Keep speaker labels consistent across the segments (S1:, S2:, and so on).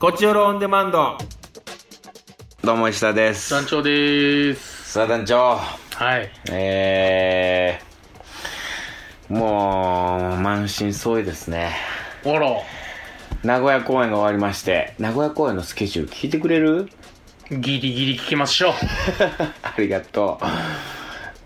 S1: こちよろオンデマンド。
S2: どうも石田です
S3: 団長です。
S2: さあ団長
S3: はい。
S2: えー、もう満身創痍ですね
S3: あら、
S2: 名古屋公演が終わりまして名古屋公演のスケジュール聞いてくれる
S3: ギリギリ聞きましょう。
S2: ありがと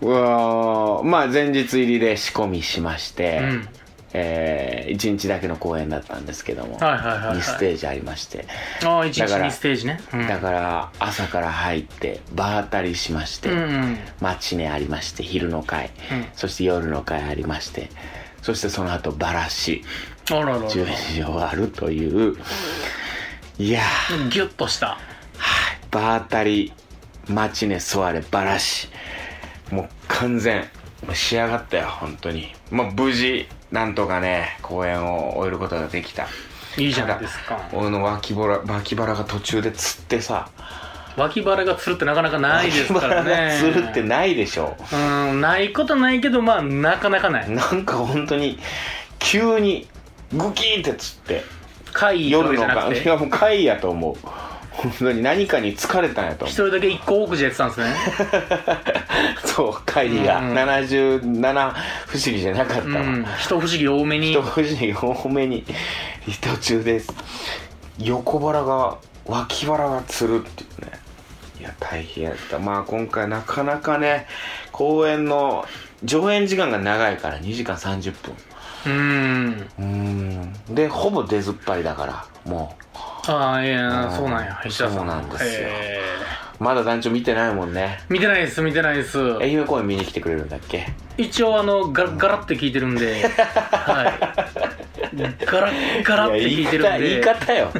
S2: ううわーまあ前日入りで仕込みしまして、
S3: うん。
S2: えー、1日だけの公演だったんですけども、
S3: はいはいはい、
S2: 2ステ
S3: は
S2: ージありまして、
S3: い。ああ、一日
S2: だから
S3: 2ステージね。うん。
S2: だから朝から入って場当たりしまして、
S3: うんうん。
S2: マチネありまして昼の会、
S3: うん
S2: そして夜の会ありましてそしてその後バラシ
S3: あらららら。
S2: 10時終わるといういやー
S3: ギュッとした。
S2: 場当たりマチネソワレバラシもう完全もう仕上がったよ本当にまあ無事なんとかね公演を終えることができた
S3: いいじゃないですか。
S2: 俺の脇腹脇腹が途中でつってさ
S3: 脇腹がつるってなかなかないですから
S2: 脇
S3: ね。
S2: 腹がつるってないでしょ
S3: うん、ないことないけど、まあ、なかなかない。
S2: なんか本当に急にグキーンってつって
S3: 会と
S2: 夜
S3: かじ
S2: の
S3: ゃな
S2: か
S3: く
S2: い
S3: て、
S2: やもう回やと思う本当に何かに疲れたんやと
S3: 一
S2: 思う
S3: 人だけ一個多くじゃやってたんですね。
S2: そう会が
S3: うん
S2: 77不思議じゃなかった
S3: う
S2: わ、
S3: ん。一不思議多めに
S2: 人。不思議多めに途中です横腹が脇腹がつるっていうねいや大変やったまあ今回なかなかね公演の上演時間が長いから2時間30分
S3: うん。
S2: うーんでほぼ出ずっぱりだからも
S3: ああ、いや
S2: う、ん
S3: そうなんや。石田さん。
S2: そうなんですよ
S3: へ
S2: うまだ団長見てないもんね
S3: ー見てないです、見てないです。
S2: 愛媛公演見に来てくれるんだっけ
S3: 一応あのガガラッて聞いてる んで、はい、ガラッガラッて聞いてるん
S2: いや言い方
S3: で
S2: 言い方よ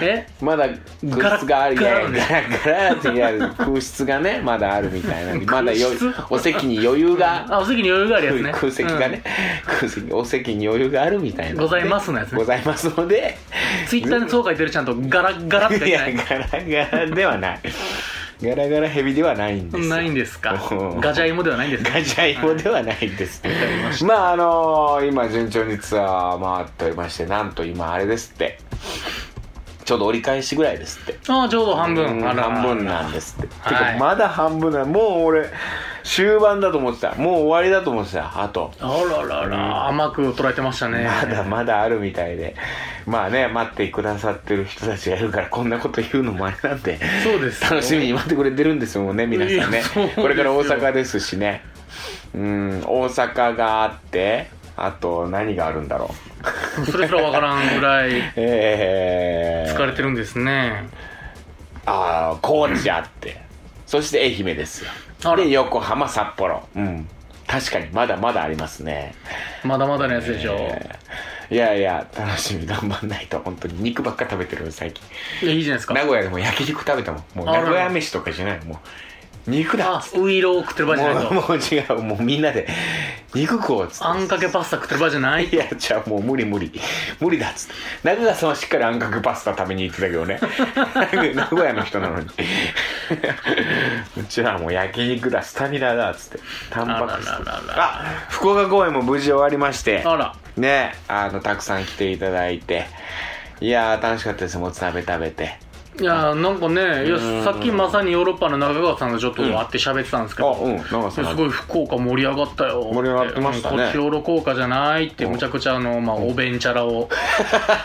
S3: え
S2: まだ空室がある
S3: ガラッ
S2: いやガラッてある空室がねまだあるみたい なんでまだよ
S3: 空室
S2: お席に余裕が
S3: あお席に余裕があるやつね
S2: 空席がね、、空席お席に余裕があるみたいなので
S3: ございますのやつね
S2: ございますので
S3: うんツイッターでそう書いてるちゃんとガラッガラって書い
S2: い
S3: て
S2: や
S3: ない
S2: ガラガラではないガラガラヘビではないんですよ
S3: ないんですか
S2: うん
S3: ガジャイモではないんですか
S2: ガジャイモではないんです、まああのー今順調にツアー回っておりましてなんと今あれですってちょうど折り返しぐらいですって
S3: ああちょうど半
S2: う
S3: 分
S2: ん
S3: あら
S2: 半分なんですって、
S3: はい
S2: てかまだ半分だもう俺終盤だと思ってたもう終わりだと思ってたあと
S3: あららら甘く捉えてましたね
S2: まだまだあるみたいでまあね待ってくださってる人たちがいるからこんなこと言うのもあれなんで
S3: そうですよ
S2: 楽しみに待ってくれてるんですもんね皆さん
S3: い
S2: ね
S3: やそうですよ
S2: これから大阪ですしねうん大阪があってあと何があるんだろう
S3: それすらわからんぐらい
S2: えー、
S3: 疲れてるんですね
S2: ああ高知あってそして愛媛ですよ
S3: あら
S2: で横浜札幌うん確かにまだまだありますね
S3: まだまだのやつでしょ、
S2: えーいやいや楽しみ頑張んないと本当に肉ばっか食べてるよ最近
S3: いやいいじゃないですか
S2: 名古屋でも焼き肉食べたもんもう
S3: あら
S2: 名古屋飯とかじゃないもう肉だっ
S3: あ
S2: つって
S3: ウイロを食ってる場合じゃない
S2: もう
S3: と
S2: もう違うもうみんなで肉食おうっつって
S3: あんかけパスタ食ってる場合じゃない
S2: いやじゃあもう無理無理無理だっつって中川さんはしっかりあんかけパスタ食べに行ってたけどね 名古屋の人なのにうちらはもう焼肉だスタミナだっつってタンパク質
S3: あらららら
S2: あ福岡公演も無事終わりまして
S3: あら
S2: ねあのたくさん来ていただいていやー楽しかったですもつ鍋食べて
S3: いやーなんかねいやさっきまさにヨーロッパの中川さんがちょっと会って喋ってたんですけ
S2: あ
S3: ど、
S2: うんなんかそ
S3: いやすごい福岡盛り上がったよ
S2: 盛り上がってましたね
S3: うんこっちヨーロ効果じゃないってむちゃくちゃあの、まあ、おべんちゃらを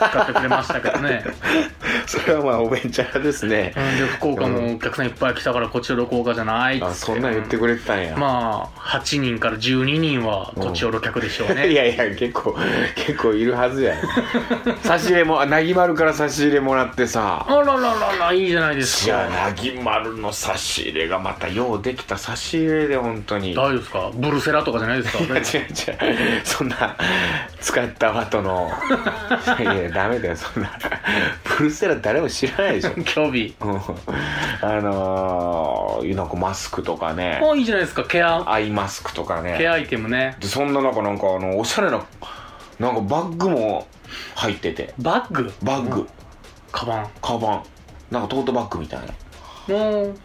S3: 使ってくれましたけどね、
S2: それはまあお弁茶屋ですね
S3: うん、で福岡もお客さんいっぱい来たからこっちヨーロ効果じゃないっつって
S2: あそんなん言ってくれてたんや
S3: まあ8人から12人はこっちヨーロ客でしょう ね、
S2: いやいや結構結構いるはず や差し入れもあなぎ丸から差し入れもらってさ
S3: あららららいいじゃないです
S2: いや
S3: か
S2: なぎ丸の差し入れがまたようできた差し入れで本当に違う
S3: 大丈夫ですかブルセラとかじゃな いですか
S2: 違うそんな使った後 のいやいやダメだよそんなプルセラ誰も知らないでしょ
S3: 興味
S2: うんあのー、なんかマスクとかね
S3: もういいじゃないですかケア
S2: アイマスクとかね
S3: ケアアイテムね
S2: でそんな中なんかあのおしゃれななんかバッグも入ってて
S3: バッグ
S2: バッグ、
S3: カバン
S2: カバンなんかトートバッグみたいな
S3: もう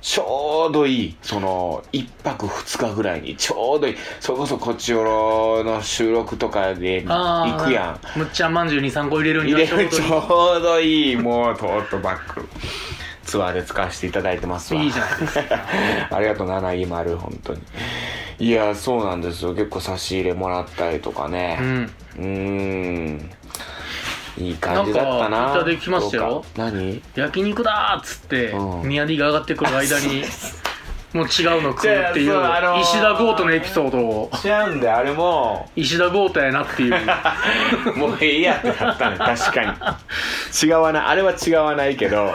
S2: ちょうどいい、その、一泊二日ぐらいにちょうどいい、それこそこっちよろの収録とかで
S3: あー
S2: 行くやん。
S3: むっちゃんまんじゅう23個入れるに
S2: 入
S3: は
S2: れ
S3: ちょう
S2: るち
S3: ど
S2: ょうどいい、もうトートバッグ。ツアーで使わせていただいてますわ。
S3: いいいじゃないですか
S2: ありがとう、7位丸、本当に。いや、そうなんですよ。結構差し入れもらったりとか
S3: う
S2: ね。
S3: ん
S2: うーん。んいい感じだったな。
S3: なんかいただきましたよ
S2: どうか。何
S3: 焼肉だーっつって、
S2: うん
S3: ミヤディが上がってくる間にもう違うの食うってい
S2: じ
S3: う
S2: ゃあそうあのー
S3: 石田豪斗のエピソードを
S2: 違うんだよ、あれも。
S3: 石田豪太やなっていう
S2: もういいやってなっ たの確かに違わないあれは違わないけ ど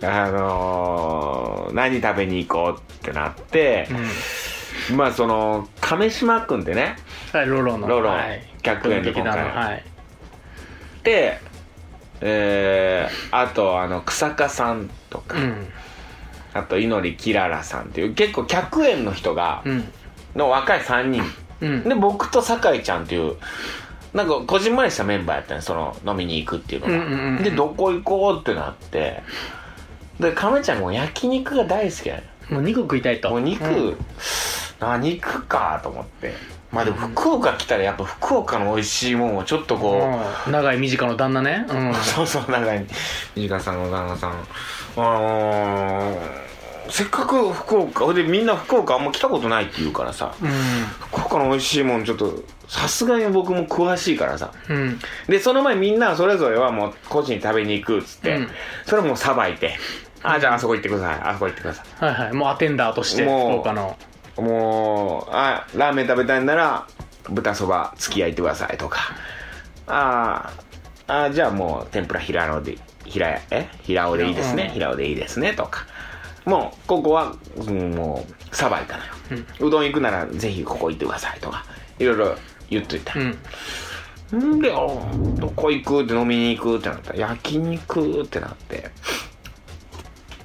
S2: あのー何食べに行こうってなって、まあその亀島君でね
S3: はいロロの
S2: ロロ
S3: はい、
S2: 100円で今回は
S3: はい
S2: でえーあとあの草加さんとか、
S3: うん
S2: あと祈りきららさんっていう結構100円の人が、
S3: うん
S2: の若い3人
S3: うん
S2: で僕と酒井ちゃんっていうなんかこじんまりしたメンバーやったねその飲みに行くっていうのが、
S3: うんうんうんうん
S2: でどこ行こうってなってで亀ちゃんも焼肉が大好きやね
S3: もう肉食いたいと
S2: もう肉、
S3: うん
S2: あ肉かと思ってまあでも福岡来たらやっぱ福岡の美味しいもんをちょっとこう、
S3: うん長い短の旦那ね うん
S2: そうそう、長い。三川さん、小川さん。あのー、せっかく福岡、ほんでみんな福岡あんま来たことないって言うからさ、
S3: う
S2: 福岡の美味しいもんちょっと、さすがに僕も詳しいからさ。
S3: んうん
S2: で、その前みんなそれぞれはもう個人に食べに行くっつって、
S3: うん
S2: それもうさばいて、あ、じゃああそこ行ってください、あそこ行ってくださ
S3: はいはいもうアテンダーとして福
S2: もう
S3: 岡の
S2: い。もう、あ、ラーメン食べたいなら、豚そば付き焼いてくださいとか、あーあーじゃあもう天ぷら平野で平屋え平尾でいいですね、
S3: うん
S2: 平尾でいいですねとかもうここは、うんもうサバ行かなよ、うどん行くならぜひここ行ってくださいとかいろいろ言っといた
S3: う、ん
S2: ん、であーどこ行くって飲みに行くってなった焼肉ってなって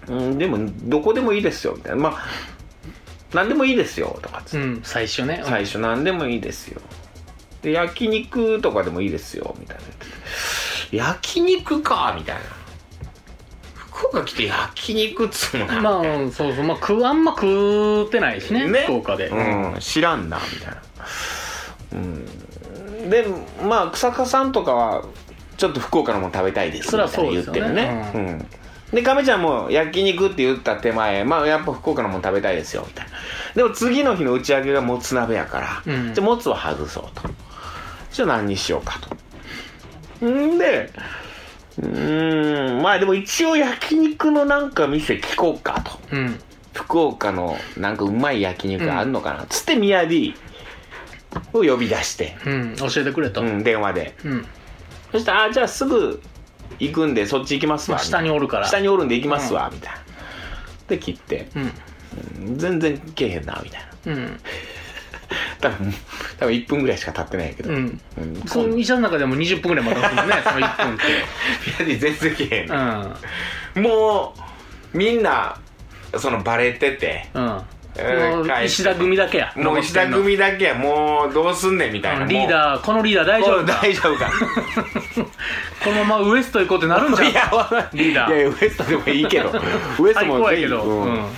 S2: うんでもどこでもいいですよみたいなまあ何でもいいですよとかっつって
S3: うん最初ね
S2: 最初何でもいいですよで焼肉とかでもいいですよみたいな言ってて焼肉かみたいな福岡来て焼肉っつうのか
S3: まあうんそうそうまあ食うあんま食うてないしね
S2: ね
S3: 福岡で
S2: うん、知らんなみたいなうんでまあ草加さんとかはちょっと福岡のもん食べたいです
S3: そ
S2: み
S3: り
S2: た
S3: ゃ
S2: いな
S3: そ
S2: 言
S3: うで
S2: っ
S3: すよ
S2: て
S3: ね
S2: るねうんで亀ちゃんも焼肉って言った手前まあやっぱ福岡のもん食べたいですよみたいなでも次の日の打ち上げがもつ鍋やから、
S3: うん
S2: じゃあもつは外そうとじゃあ何にしようかとんでうーんまあでも一応焼肉のなんか店聞こうかと
S3: うん
S2: 福岡のなんかうまい焼肉あんのかな、つってミヤディを呼び出して、
S3: うん教えてくれと
S2: う
S3: うん
S2: ん、電話でそしたら「あじゃあすぐ行くんでそっち行きます
S3: ま
S2: わ」
S3: あ下におるから
S2: 下におるんで行きますわ、みたいなで切って
S3: うん
S2: 全然けえへんなみたいな
S3: うん
S2: 多分多分1分ぐらいしか経ってないけど、
S3: う
S2: うん
S3: ん
S2: こ
S3: そ
S2: ん
S3: の医者の中でも20分ぐらい待たす もんねその1分って
S2: ミヤディ全然けえへん
S3: う
S2: な、
S3: ん
S2: もうみんなそのバレててえー
S3: うんもう
S2: 帰って
S3: 石田組だけや
S2: もう石田
S3: 残ってんの
S2: 組だけはもうどうすんねんみたいな、
S3: うんリーダーこのリーダー大丈
S2: もう
S3: 夫か
S2: 大丈夫か
S3: このままウエスト行こうってなるんじゃん
S2: いや、わかんない
S3: リーダー
S2: いやいや、ウエストでもいい けど。ウエスト
S3: 最
S2: も
S3: 高
S2: ぜ
S3: や
S2: ひ
S3: けど
S2: う
S3: うんん
S2: っ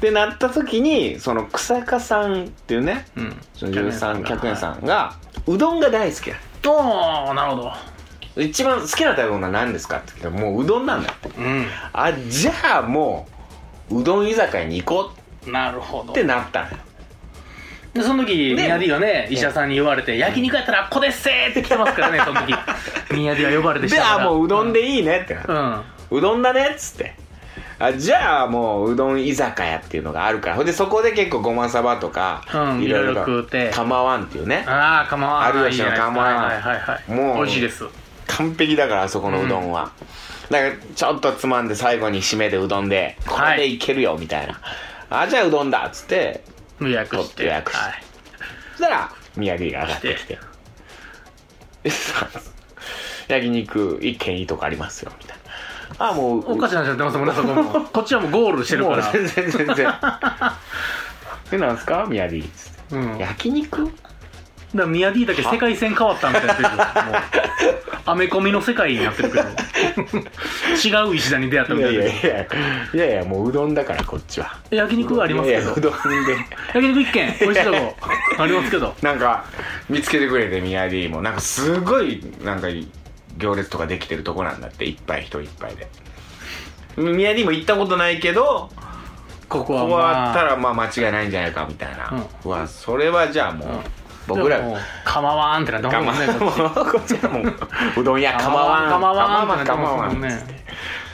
S2: てなった時に、その、草加さんっていうね、
S3: うん
S2: その13、100円さんが、うどんが大好きだ。
S3: おーなるほど
S2: 一番好きな食べ物は何ですかって言ったら、もううどんなんだって。
S3: う
S2: あ、じゃあもう、うどん居酒屋に行こうん
S3: なるほど
S2: ってなったのよ。
S3: でその時
S2: で
S3: 宮ディがね医者さんに言われて「焼肉やったらあっこですせー!」って来てますからねそ の時宮ディは呼ばれて
S2: で、
S3: た
S2: あ、
S3: から
S2: もううどんでいいねってなっ
S3: う
S2: た。
S3: ん
S2: うどんだねっつって。あじゃあもううどん居酒屋っていうのがあるからほんでそこで結構ごまさばとか、
S3: うん
S2: いろいろ
S3: いろいろ食うて
S2: かまわんっていうね
S3: ああかまわん
S2: 有吉の釜はい
S3: いじゃないですかはいはいはい
S2: もう
S3: 美味しいです
S2: 完璧だからあそこのうどんは、だからちょっとつまんで最後に締めでうどんでこれでいけるよみたいな、あじゃあうどんだっつって
S3: 予約して
S2: 予約して
S3: はい
S2: そしたら宮城が上がってきてでさ焼肉一軒いいとこありますよみたいなあもう
S3: おかしな話になってますもんねそこもこっちはもうゴールしてる
S2: も
S3: か
S2: う
S3: ら
S2: 全然全然でなんすか宮城っつって、
S3: うんだか
S2: 焼肉
S3: ら宮ディだけ世界線変わったみたいなもうアメコミの世界になってるけど違う石田に出会った
S2: い
S3: み
S2: や
S3: た
S2: い
S3: い
S2: や
S3: ない
S2: やいやいやもううどんだからこっちは
S3: 焼肉あります
S2: い
S3: け
S2: やいや
S3: ど
S2: うどんで
S3: 焼肉一軒美味しいとこありますけど
S2: なんか見つけてくれてミヤディもなんかすごいなんか行列とかできてるとこなんだっていっぱい人いっぱいでミヤディも行ったことないけど
S3: ここ
S2: こ
S3: は
S2: こはあった
S3: まあ
S2: らまあ間違いないんじゃないかみたいな、うわそれはじゃあもう、
S3: ん
S2: 僕ら
S3: でももう構わんってなって
S2: か
S3: ま
S2: ますわん
S3: もんねこっ
S2: もうこっちはもう うどん屋
S3: ち
S2: かまわん
S3: かまわんってなって
S2: かま
S3: ま
S2: わ
S3: す
S2: ん
S3: もんね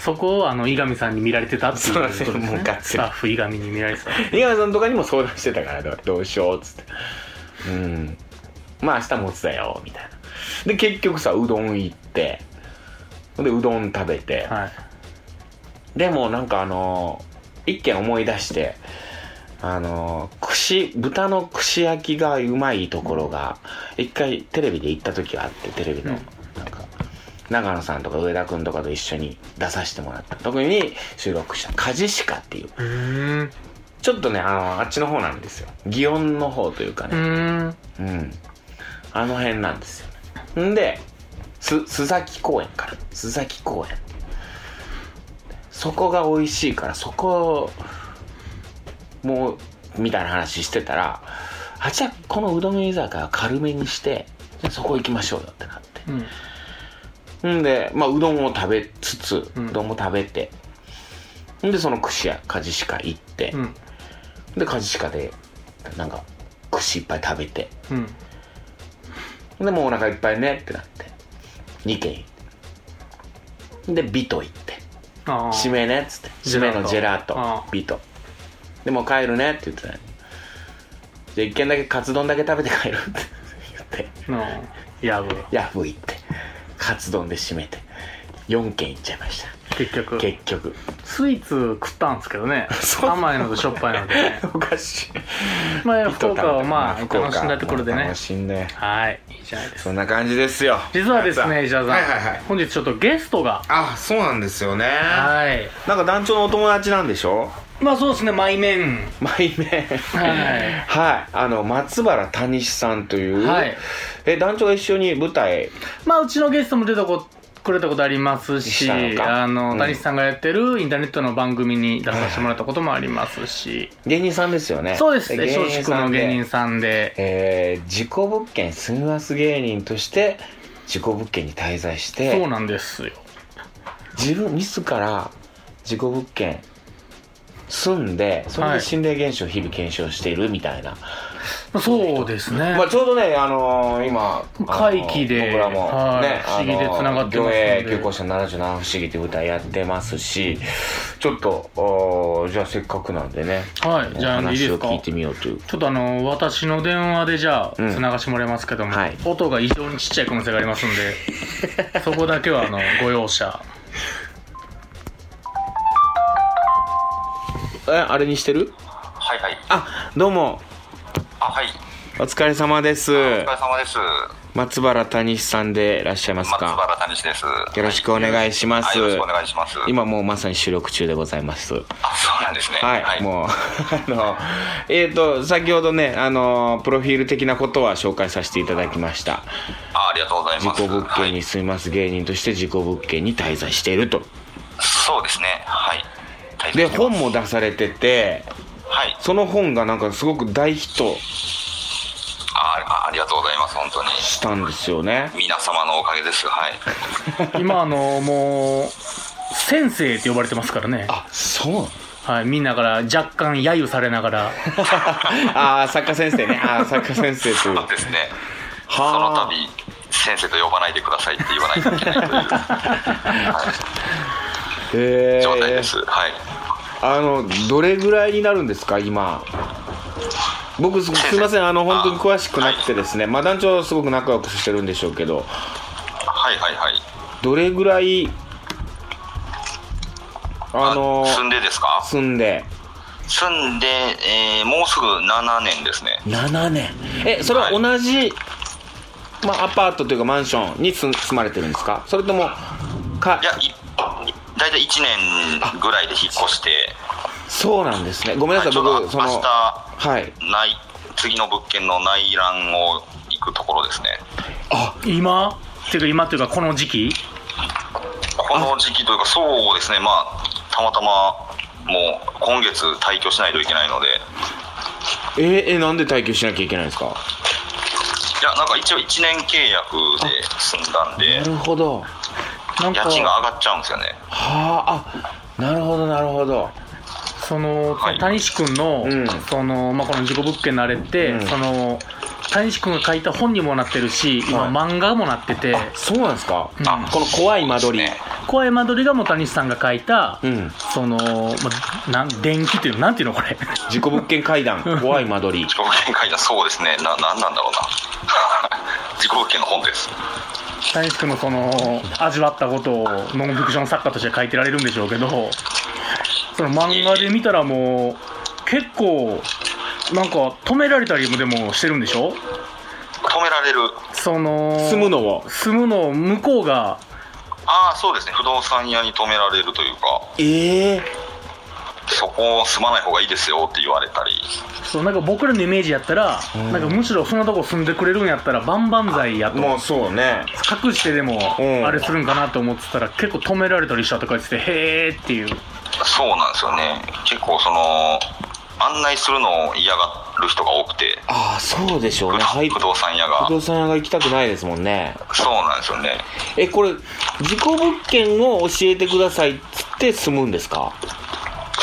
S3: そこをあの井上さんに見られてたっていうことです
S2: そうですねもうが
S3: ね
S2: っつり
S3: スタッフ井上に見られてた
S2: 井上さんとかにも相談してたからどどうしようっつってうんまあ明日もつだよみたいなで結局さうどん行ってでうどん食べて、
S3: はい
S2: でもなんかあの一軒思い出してあの串豚の串焼きがうまいところが一回テレビで行った時があってテレビのなんか長野さんとか上田君とかと一緒に出させてもらった特に収録した梶鹿っていう
S3: うーんう
S2: ちょっとねあのあっちの方なんですよ祇園の方というかね
S3: ーん
S2: うんあの辺なんですよねんで須須崎公園から須崎公園そこが美味しいからそこもうみたいな話してたらあじゃあこのうどん居酒屋軽めにしてじゃあそこ行きましょうよってなって
S3: うん
S2: んで、まあ、うどんを食べつつ、う
S3: うん
S2: どんも食べてんでその串屋梶鹿行って、
S3: うん
S2: で梶鹿でなんか串いっぱい食べて
S3: うん
S2: でもうお腹いっぱいねってなって2軒行ってでビト行って
S3: ああ
S2: 締めねっつって
S3: ジ
S2: 締
S3: ェ
S2: め
S3: ラート
S2: のジェラート
S3: ああ
S2: ビトでもう帰るねって言ってたのにじゃあ1軒だけカツ丼だけ食べて帰るって言って
S3: うんやぶ
S2: ヤフー行ってカツ丼で締めて4軒行っちゃいました
S3: 結局
S2: 結局
S3: スイーツ食ったんですけどね
S2: そう
S3: 甘いのとしょっぱいの でね
S2: おかしい
S3: まあ
S2: ビ
S3: 福
S2: ト食べ
S3: 岡
S2: た
S3: をまあ
S2: 福岡
S3: 楽しんだところでね
S2: 楽しんで
S3: はいいいじゃないですか
S2: そんな感じですよ
S3: 実はですね石田さん、
S2: はいはいはい
S3: 本日ちょっとゲストが
S2: あそうなんですよね
S3: はい
S2: なんか団長のお友達なんでしょ
S3: まあそうですねマイメン
S2: 毎面
S3: はい
S2: はいあの松原谷志さんという、
S3: はい
S2: え団長が一緒に舞台
S3: まあうちのゲストも出たこくれたことあります
S2: し
S3: した
S2: のか
S3: あ
S2: う
S3: の
S2: ん
S3: 谷さんがやってるインターネットの番組に出させてもらったこともありますし、
S2: 芸人さんですよね
S3: そうですね
S2: 芸人
S3: 松竹
S2: さ
S3: の
S2: んで
S3: 芸人さんで
S2: えー、自己物件住みます芸人として自己物件に滞在し
S3: そう
S2: て
S3: なんですよ
S2: 自分自ら自己物件住んでそれで心霊現象を日々検証しているみたいな、
S3: そうですね、
S2: まあ、ちょうどね、あのー今
S3: 会期で
S2: あのー僕らも、
S3: はい
S2: ね
S3: 不思議で繋がってますんで
S2: 競泳旧校舎77不思議って舞台やってますしちょっとおーじゃあせっかくなんでね
S3: はいじゃあいい
S2: 話
S3: です
S2: を
S3: か
S2: 聞いてみようという
S3: ちょっとあの私の電話でじゃあ
S2: うん
S3: つながしてもらいますけども、
S2: はい
S3: 音が異常にちっちゃい可能性がありますん でそこだけはあのご容赦
S2: えあれにしてる
S1: はいはい。
S2: あどうも
S1: あ、はい。
S2: お疲れ様です
S1: お疲れ様です。
S2: 松原谷志さんでいらっしゃいます
S1: 松
S2: か
S1: 原谷志です。
S2: よろしくお願いします
S1: はい、よろしくお願いします。
S2: 今もうまさに収録中でございます
S1: あ、そうなんですね。
S2: はい、もうあのえっ、と先ほどねあのプロフィール的なことは紹介させていただきました
S1: あ、ありがとうござい
S2: 自
S1: ます。
S2: 己物
S1: は
S2: 件
S1: い
S2: に住みます芸人として自己物件に滞在していると
S1: そうですね。はい。大切
S2: で
S1: にしてま
S2: 本
S1: す
S2: も出されてて
S1: はい。
S2: その本がなんかすごく大ヒット
S1: あ、あありがとうございます。本当に。
S2: したんですよね
S1: 皆様のおかげです。はい。
S3: 今あのもう先生って呼ばれてますからね、
S2: あそう
S3: はい、みんなから若干揶揄されながら
S2: ああ作家先生ねああ作家先生という
S1: そうですね。その
S2: はあ
S1: 度、先生と呼ばないでくださいって言わないといけないという、はい
S2: へ
S1: 状 態
S2: え
S1: です。はい。
S2: あのどれぐらいになるんですか今僕すすいませんあの本当に詳しくなくてですねまあ団長すごく仲良くしてるんでしょうけど
S1: はいはいはい。
S2: どれぐらいあの
S1: 住んでですか
S2: 住んで
S1: 住んで、えーもうすぐ7年ですね。
S2: 7年えそれは同じ、まあ、アパートというかマンションに住住まれてるんですかそれともか
S1: いや、い大体1年ぐらいで引っ越して、
S2: そうなんですねごめんなさい
S1: ちょうど
S2: 僕そ
S1: 明
S2: の
S1: 日
S2: はい
S1: 内、次の物件の内覧を行くところですね。
S2: あ
S3: 今ていうか今というかこの時期
S1: この時期というか、そうですね、まあ、たまたま、もう今月、退去しないといけないので、
S2: えーえーなんで退去しなきゃいけないんですか
S1: いや、なんか一応、1年契約で済んだんで
S2: な、るほどは
S3: なん
S1: 家
S3: か
S1: 賃が上がっちゃうんですよね。
S2: ああなるほどなるほど
S3: その
S1: はい
S3: 谷志君の,、
S2: うん
S3: そのまあ、この事故物件のあれって、
S2: うん
S3: その谷志君が書いた本にもなってるし今、
S2: はい
S3: 漫画もなってて
S2: あそうなんですか、
S3: うん
S2: あこの怖い間取り
S1: そうですね
S3: 「怖い間取り」がもう谷志さんが書いた、
S2: うん
S3: その、まあ、なん電気っていうのなんていうのこれ
S2: 事故物件階 段怖い間取り
S1: 自己保険会社、そうですね、な、なんなんだろう な。自己保険の本です。
S3: 谷志君のその味わったことをノンフィクション作家として書いてられるんでしょうけどその漫画で見たらもう結構なんか止められたりもでもしてるんでしょ
S1: 止められる。
S3: その
S2: 住むのを
S3: 住むのを向こうが
S1: ああ、そうですね、不動産屋に止められるというか、
S2: ええ
S1: そこを住まない方がいいですよって言われたり。
S3: そうなんか僕らのイメージやったら、
S2: うん
S3: なんかむしろそんなとこ住んでくれるんやったら万々歳やと
S2: もうそうね
S3: 隠してでも
S2: うん
S3: あれするんかなと思ってたら結構止められたりしたとか言っててへーっていう
S1: そうなんですよね。結構その、案内するのを嫌がる人が多くて、
S2: ああそうでしょう
S1: 不
S2: ねはい
S1: 不
S2: 不
S1: 動産屋が。
S2: 動産屋が行きたくないですもんね
S1: そうなんですよね。
S2: えこれ事故物件を教えてくださいっつって住むんですか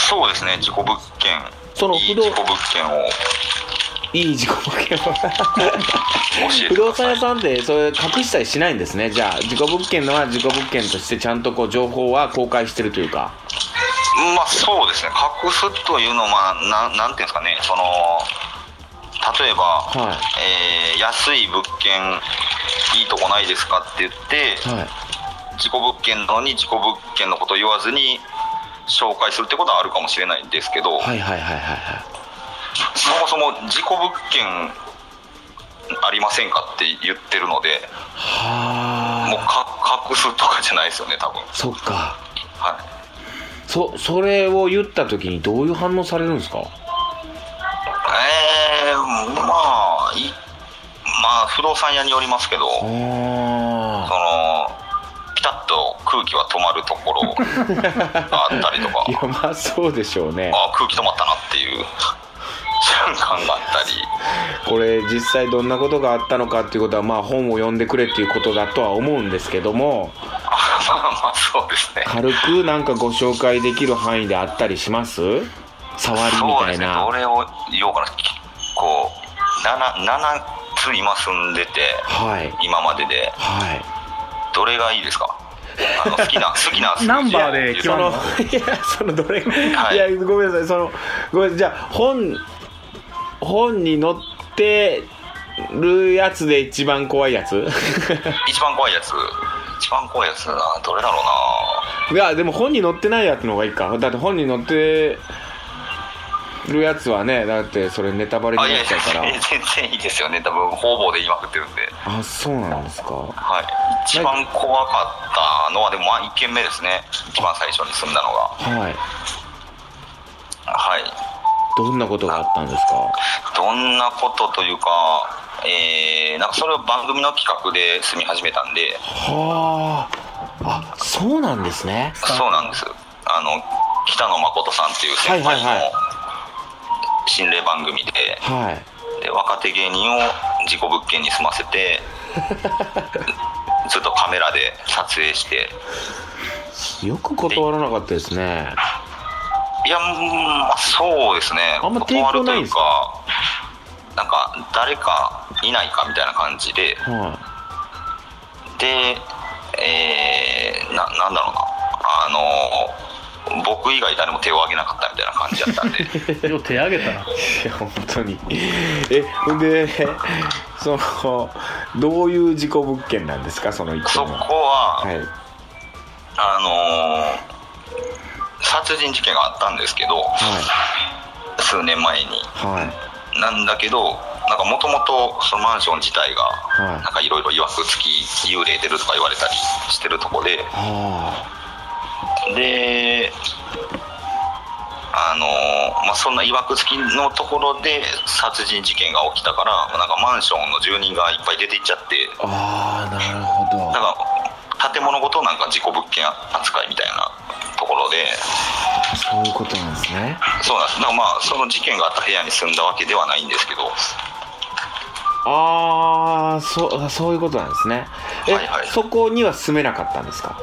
S1: そうですね、事故物件。
S2: その
S1: いい
S2: 不動
S1: 事故物件を
S2: いい事故物件
S1: 教えてください。
S2: 不動産屋さんでそれ隠したりしないんですねじゃあ事故物件のは事故物件としてちゃんとこう情報は公開してるというか
S1: まあそうですね、隠すというのは、まあななんていうんですかね、その例えば、
S2: は
S1: えー安い物件、いいとこないですかって言って、
S2: はい
S1: 事故物件なのに、事故物件のことを言わずに紹介するってことはあるかもしれないんですけど、
S2: はいはいはいはいはい
S1: そもそも事故物件ありませんかって言ってるので、もう
S2: はあ
S1: か隠すとかじゃないですよね、多分
S2: そっか
S1: はい
S2: そそれを言った時にどういう反応されるんですか
S1: えー、まあ、いまあ、不動産屋によりますけど、
S2: あ
S1: そ
S2: あ
S1: の、ピタッと空気は止まるところがあったりと か
S2: い、やまあそうでしょうね
S1: あ空気止まったなっていう瞬間があったり、
S2: これ実際どんなことがあったのかっていうことはまあ本を読んでくれっていうことだとは思うんですけども
S1: あまあまあ、そうですね。
S2: 軽くなんかご紹介できる範囲であったりします触りみ
S1: そう
S2: た
S1: で
S2: い
S1: すね、
S2: な、
S1: どれを言おうかな、結構、7、7つ今住んでて、
S2: はい
S1: 今までで、
S2: はい
S1: どれがいいですかあの好きな、 好きな数字
S3: ナンバーで決
S2: そ
S3: まる
S2: の
S3: の
S2: いやそのどれ、
S1: はい
S2: い、やごめんなさいそのごめんじゃあ本本に載ってるやつで一番怖いやつ
S1: 一番怖いやつ一番怖いやつなどれだろう
S2: いやでも本に載ってないやつの方がいいかだって本に載ってるやつはねだってそれネタバレに
S1: なあいや
S2: ないっちゃうか
S1: やいや
S2: ら
S1: 全然いいですよね多分方々で言いまくってるんで
S2: あそうなんですか
S1: はい一番怖かったのはでもまあ1軒目ですね一番最初に住んだのが
S2: はい
S1: はい
S2: どんなことがあったんですか
S1: どんなことというかえー、なんかそれを番組の企画で住み始めたんで
S2: はああそうなんですね
S3: あ
S1: そうなんですあの北野誠さんっていう先輩
S2: はいはいは
S1: の心霊番組で、
S2: はい
S1: で若手芸人を事故物件に住ませて ずっとカメラで撮影して
S2: よく断らなかったですね
S1: いやうんまあそうですね
S2: あんま抵
S1: 断
S2: 抗
S1: ると
S2: ない
S1: い
S2: ん
S1: う
S2: です
S1: かなんか誰かいないかみたいな感じで
S2: は
S1: でえー、ななんだろうなあの僕以外誰も手を挙げなかったみたいな感じだったん で
S3: よう手挙げたない
S2: いや本当にえほんでそのどういう事故物件なんですかその一
S1: そ
S2: 件
S1: こ
S2: は
S1: は、
S2: はい
S1: あのー殺人事件があったんですけど
S2: は
S1: 数年前に
S2: いはい
S1: なんだけど、なんかもともとそのマンション自体
S2: は
S1: が、
S2: い
S1: なんかいろいろ曰くつき、幽霊出るとか言われたりしてるとこで、
S2: は
S1: で、あのーままあ、そんな曰く付きのところで殺人事件が起きたからなんかマンションの住人がいっぱい出ていっちゃって
S2: ああなるほ
S1: だ
S2: ど
S1: から建物ごとなんか事故物件扱いみたいなところで
S2: そういうことなんですね
S1: そうなんですだからまあその事件があった部屋に住んだわけではないんですけど
S2: ああそうそういうことなんですねえ、
S1: はいはい
S2: そこには住めなかったんですか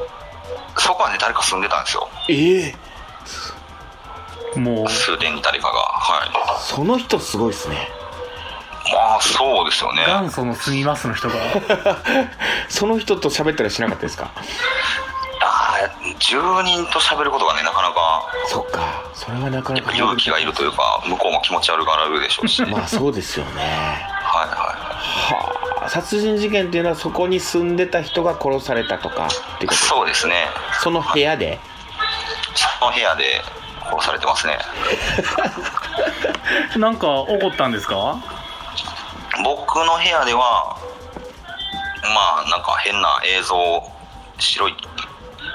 S1: そこはね誰か住んでたんですよ
S2: ええ
S3: もう
S1: 数年に誰かがは
S2: その人すごいですね
S1: いまあそうですよね
S3: 元祖の住みますの人が
S2: その人と喋ったりしなかったですか
S1: あー住人と喋ることがねなかなか
S2: そっかそれはなかな
S1: やっぱ
S2: か
S1: 勇気がいるというか向こうも気持ち悪がられるでしょうしはい
S2: まあそうですよね
S1: は
S2: はあ殺人事件っていうのはそこに住んでた人が殺されたとかっていう
S1: い
S2: こと
S1: そうですね
S2: その部屋で
S1: その部屋で殺されてますね
S3: なんか怒ったんですか
S1: 僕の部屋ではまあなんか変な映像白い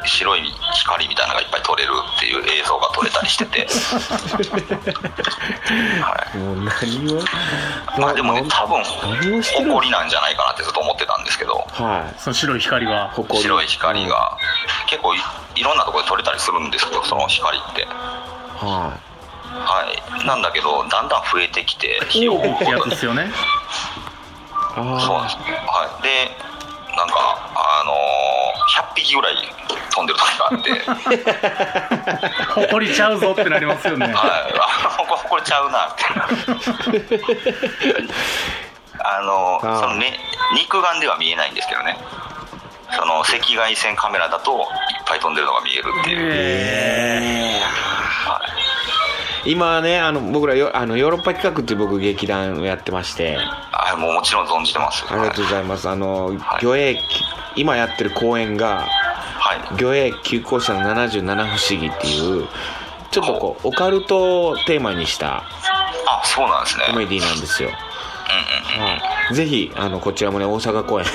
S1: 白い光みたいなのがいっぱい撮れるっていう映像が撮れたりしてて、は
S2: もう何を
S1: い、まあでもね多分
S2: 何をしてるん
S1: 誇りなんじゃないかなってずっと思ってたんですけど
S2: はい
S3: その白い光は
S2: 誇り
S1: 白い光が結構いいろんなところで撮れたりするんですけどその光って
S2: は
S1: はいなんだけどだんだん増えてきて
S3: 火をってやつですよね
S2: い
S1: そうなんで
S2: あ
S1: すねはいでなんかあのー、100匹ぐらい飛んでる時があって
S3: 誇りちゃうぞってなりますよね
S1: はい、あこれこれちゃうなってあの
S2: ああ
S1: その目肉眼では見えないんですけどねその赤外線カメラだといっぱい飛んでるのが見えるっていう、
S3: え
S2: ー今ねあの僕らよあのヨーロッパ企画っていう僕劇団をやってましてあ
S1: あもうもちろん存じてます
S2: りがとうございますあの
S1: はい
S2: 魚影今やってる公演が
S1: はい、はい
S2: 魚影旧校舎の77不思議っていうちょっとこうオカルトをテーマにした
S1: あそうなんですね
S2: コ
S1: うんう
S2: メ
S1: ん
S2: ディなんですよ、
S1: うん
S2: はい、ぜひあのこちらもね大阪公演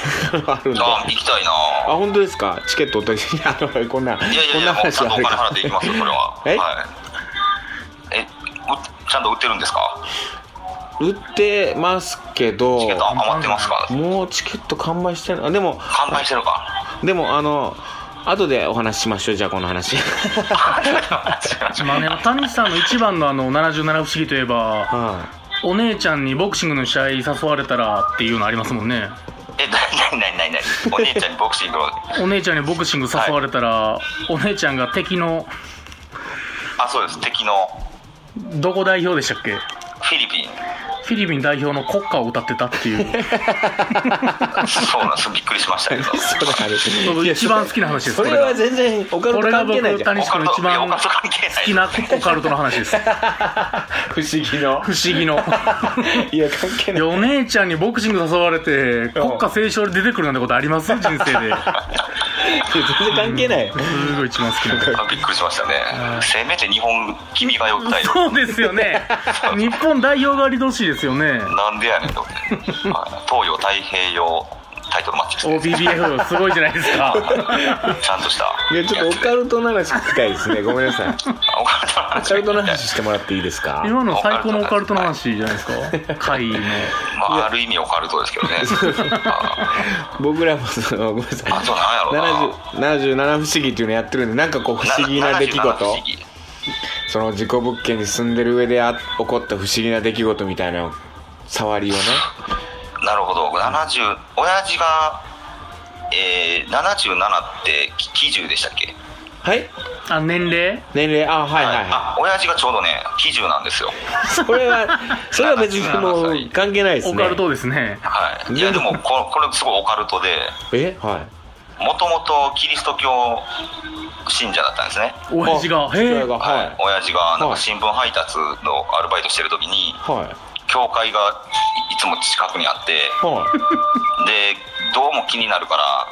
S2: あるんで
S1: あ
S2: あ
S1: 行きたいな
S2: 本当ですかチケットお取りあのこんない
S1: やいや
S2: こ
S1: い
S2: んな
S1: やもう
S2: 話
S1: ちゃん
S2: は
S1: と
S2: あれ
S1: お金払っていきますよこれは
S2: え
S1: はい、えうちゃんと売ってるんですか
S2: 売ってますけど
S1: チケット余ってますか
S2: もうチケット完売してるあでも
S1: 完売してるか
S2: でもあの後でお話ししましょうじゃあこの 話
S3: まあね谷さんの一番のあの77不思議といえば
S2: は
S3: お姉ちゃんにボクシングの試合誘われたらっていうのありますもんね
S1: えなになになになにお姉ちゃんにボクシングの
S3: お姉ちゃんにボクシング誘われたら、お姉ちゃんが敵の
S1: あそうです敵の
S3: どこ代表でしたっけ
S1: フィリピン
S3: フィリピン代表の国歌を歌ってたっていう
S1: そうなん ですびっくりしましたけど
S2: いそれある
S3: 僕
S2: いや
S3: 一番好きな話です
S2: それ
S3: これ
S2: は
S3: が
S2: 全然オカル
S3: こ
S2: ト
S3: れが
S2: 関
S3: 僕
S2: 係ないじゃん
S3: 谷さんの一
S1: いや
S3: 番
S1: おかず
S3: 好
S1: 関係ない
S3: きなオカルトの話です
S2: 不思議の
S3: 不思議の
S2: いや関係
S3: い
S2: ない
S3: やお姉ちゃんにボクシング誘われて国歌斉唱で出てくるなんてことあります人生で
S2: 全然関係ない、
S3: すごい一番好きな
S1: びっくりしましたねせめて日本君がよくないよ
S3: そうですよね日本代表がありどしいですよね
S1: なんでやねんと、はい東洋太平洋タイトルマッチですね
S3: OBBF すごいじゃないですか
S1: ちゃんとした
S2: いやちょっとオカ
S1: や
S2: ルトの話聞きたいですねごめんなさい
S1: つあお金の
S2: オ
S1: 話
S2: カルトの話してもらっていいですか
S3: 今の最高のオカルトの話じゃないですか会の
S1: まあ、ある意味オカルトですけど ねあ
S2: 僕らもそのごめんなさい
S1: あと何やろうな
S2: 70 77不思議っていうのやってるんでなんかこう不思議な出来
S1: 77不
S2: 事
S1: 思議
S2: その事故物件に住んでる上であ起こった不思議な出来事みたいな触りをね
S1: なるほど70親父が、えー、77って喜寿でしたっけ
S2: はい
S3: あ年齢
S2: 年齢あはいはいは
S1: あ親父がちょうどね喜寿なんですよ
S2: いそれはそれは別にもう関係ないですね
S3: オカルトですね
S1: はい、いやでもここれすごいオカルトで
S2: えは
S1: もともとキリスト教信者だったんですね
S2: い
S3: 親父が
S2: あ
S3: へ
S2: 父親が
S3: え
S2: は
S1: 親父がなん
S2: は
S1: か
S2: い
S1: 新聞配達のアルバイトしてる時に
S2: いはい
S1: 教会がいいつも近くにあって
S2: は
S1: でどうも気になるから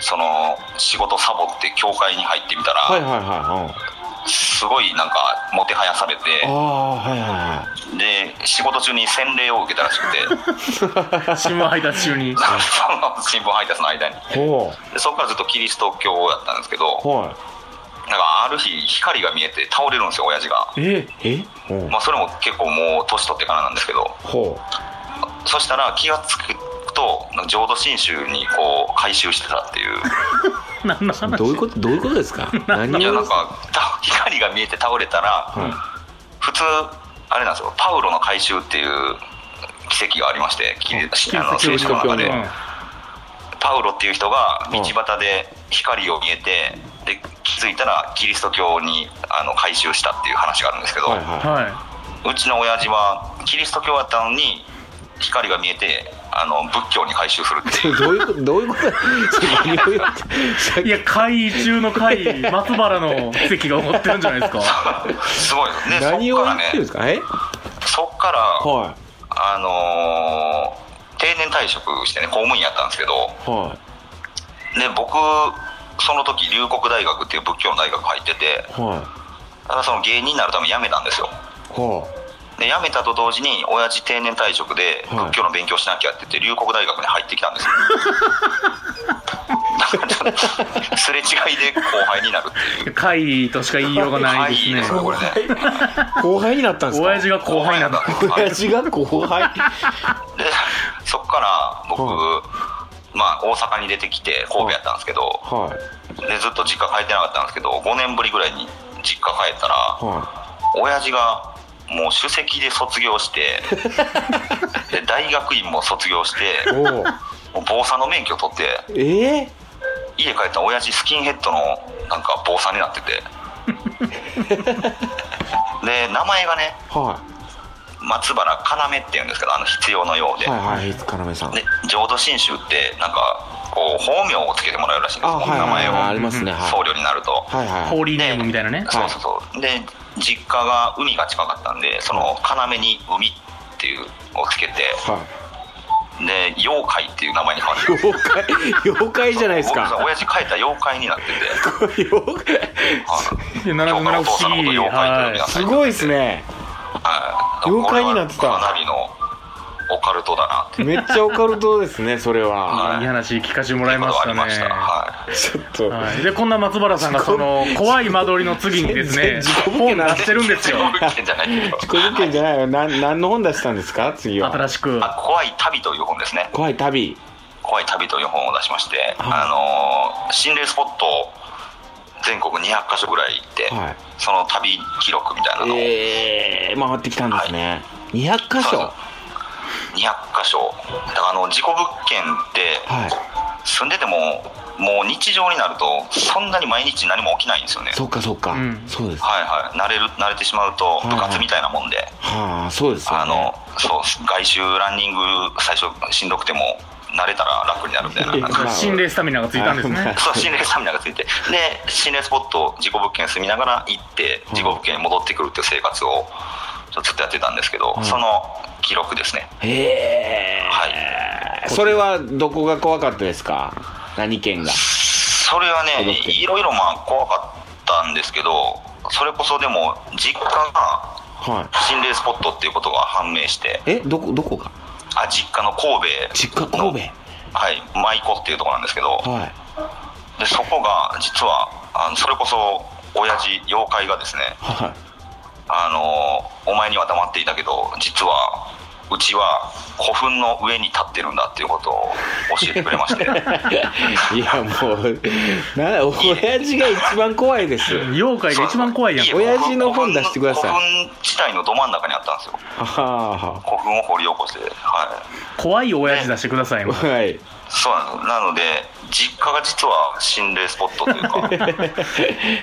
S1: その仕事サボって教会に入ってみた
S2: いはいはい
S1: ら
S2: はいはい
S1: すごいなんかもてはやされて
S2: ああはいはいは
S1: で仕事中に洗礼を受けたら しくて
S3: 新聞配達中に
S1: その新聞配達の間に
S2: いほ
S1: でそこからずっとキリスト教やったんですけど
S2: うはい
S1: なんかある日光が見えて倒れるんですよ親父が、
S3: え
S2: えほう
S1: まあ、それも結構もう年取ってからなんですけど
S2: ほ
S1: そしたら気がつくと浄土真宗にこう回収してたっていう
S3: ー、何の
S4: ど
S3: 話
S4: ういうことどういうことですか何
S1: いやな
S4: を
S1: んか た光が見えて倒れたら
S2: うはい
S1: 普通あれなんですよパウロの回収っていう奇跡がありましてきあの
S3: キリ
S1: 聖
S3: ス
S1: 書
S3: ト
S1: の
S3: 教
S1: 中
S3: の
S1: でパウロっていう人が
S4: うん
S1: 道端で光を見えてで気づいたらキリスト教にあの改宗したっていう話があるんですけど、
S2: はいは
S3: は
S1: うちの親父はキリスト教だったのに光が見えてあの仏教に改宗するっていう
S4: どういうことどういうこと何を言ってさっ
S3: いい
S4: き
S3: や会中の会松原の席が思ってるんじゃないですか
S1: すごいですね
S4: 何
S1: そ
S4: を言
S1: っから
S4: ってるんで
S1: ね
S4: すかえ
S1: そっから、
S2: いは
S1: あのー定年退職してね公務員やったんですけど
S2: いは
S1: で僕その時龍谷大学っていう仏教の大学入ってて
S2: いは
S1: だからその芸人になるために辞めたんですよ
S2: いは
S1: で辞めたと同時に親父定年退職で
S2: はい
S1: 仏教の勉強しなきゃって言って龍谷大学に入ってきたん ですよだからすれ違いで後輩になるっていう
S3: 会としか言いようがないです
S1: い
S3: ね
S1: いですねこれね
S2: い後輩になったんですか
S3: 親父が後輩なんだ
S1: 後輩になったんで
S2: 親父が後輩
S1: すで そっから僕、
S2: は
S1: まあ大阪に出てきて神戸やったんですけど
S2: はい
S1: でずっと実家帰ってなかったんですけど5年ぶりぐらいに実家帰ったら
S2: は
S1: 親父がもう首席で卒業して で大学院も卒業して
S2: いお お
S1: もう坊さんの免許取って
S2: ええ
S1: 家帰ったら親父スキンヘッドのなんか坊さんになって てで名前がね
S2: は
S1: 松原要っていうんですけどあの必要のようで,、
S2: いはいはいいつかなめさん
S1: で浄土真宗ってなんかこう本名をつけてもらうらしいんです
S2: あ
S1: よ、
S2: はいはいはいあ
S1: 名
S2: り
S1: 前を
S2: ますねはい
S1: 僧侶になると、
S2: はいはい
S3: ホーリーネームみたいなね
S1: そうそうそうで実家が海が近かったんでその要に「海」っていうをつけて
S2: はい
S1: で妖怪っていう名前に変わって
S4: 妖怪妖怪じゃないです
S1: 僕
S4: か
S1: が親父書いた妖怪になってて
S4: 妖怪
S1: はい
S3: いやな
S1: 今
S3: かなか
S1: 日からお
S3: 不
S1: 父さんの
S3: 思
S1: こと
S3: 議
S1: 妖怪と呼びな
S3: は
S1: さい
S4: すごいですね
S1: はい
S2: 妖怪になってた
S1: これはかなりのオカルトだなって
S4: めっちゃオカルトですねそれは
S1: はい
S3: いいい話聞かせても
S1: こ
S3: らいました
S1: ありました、
S3: ね
S1: はい、
S4: ちょっと
S3: はい、でこんな松原さんがその怖い間取りの次にですね
S4: 全然自己
S3: 本出してるんですよ
S1: 自己物件じゃないけど
S4: 自己物件じゃないよな何の本出したんですか次は
S3: 新しく
S1: あ怖い旅という本ですね
S4: 怖い旅
S1: 怖い旅という本を出しまして、あのー心霊スポットを全国200か所ぐらい行って、
S4: はい
S1: その旅記録みたいなのを200
S4: えー、回ってきたんですね、200箇所
S1: 箇所だからあの事故物件って
S4: はい
S1: 住んでてももう日常になるとそんなに毎日何も起きないんですよね
S4: そっかそっか、
S3: うん
S4: そうです
S1: はいはい慣れる慣れてしまうと
S4: いはい
S1: 部活みたいなもんで、
S4: はあそうですよ、ね、
S1: あのそう外周ランニング最初しんどくても慣れたら楽になるみたいな
S4: まあ
S3: 心霊スタミナがついたんです
S4: は
S3: ね
S4: い
S1: そう心霊スタミナがついてで心霊スポット事故物件住みながら行って
S4: い
S1: 事故物件に戻ってくるっていう生活をちょっとずっとやってたんですけど、
S4: はい
S1: その記録ですね
S4: へえ、
S1: はい
S4: それはどこが怖かったですか何県が
S1: それは
S4: 事故
S1: ね
S4: 物件
S1: いろいろまあ怖かったんですけどそれこそでも実家が
S4: は
S1: 心霊スポットっていうことが判明して
S4: いえどこどこが
S1: あ実家の神戸
S4: 実家神
S1: はい舞子っていうところなんですけど
S4: 戸はい
S1: でそこが実はあのそれこそ親父妖怪がですね
S4: は
S1: あのお前には黙っていたけど実はうちは古墳の上に立ってるんだっていうことを教えてくれ まして
S4: いいやもうな親父が一番怖いです
S3: 妖怪で一番怖いやん
S1: そ
S4: や
S1: う
S4: 親父の本出してください
S1: 古墳地帯のど真ん中にあったんですよ
S4: は
S1: 古墳を掘り起こしてはい
S3: 怖い親父出してください
S4: あ
S3: もう
S4: はい
S1: そうなんですなので実家が実は心霊スポットという か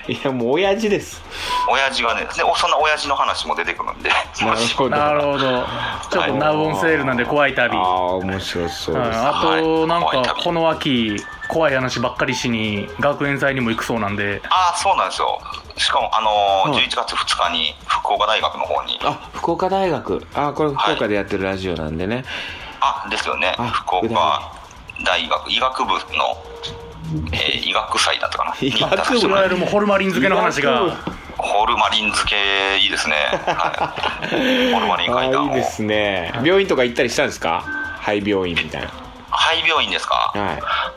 S4: いやもう親父です
S1: 親父がねでおそんな親父の話も出てくるんで
S4: なるほど
S3: なるほどちょっとナウオンセールなんで怖い旅
S4: ああ面白そう
S3: うん
S4: です、
S3: あとなん
S1: 怖い
S3: か
S1: 旅
S3: この秋怖い話ばっかりしに学園祭にも行くそうなんで
S1: ああそうなんですよしかもあのー
S4: はい
S1: 11月2日に福岡大学の方に
S4: あ福岡大学あこれ福岡でやってるラジオなんでね、
S1: あですよね
S4: あ
S1: 福岡大学医学部の、えー医学祭だったかな
S4: 医学部
S1: に行ったんです
S3: い
S1: よ
S3: わゆるもうホルマリン漬けの話
S4: 医
S3: が
S4: 学
S1: ホルマリン漬けいいですね、はい、ホルマリン
S4: あ
S1: 階段
S4: ー
S1: を
S4: いいですね病院とか行ったりしたんですか肺病院みたいな
S1: 肺病院ですか、
S4: はい
S1: あ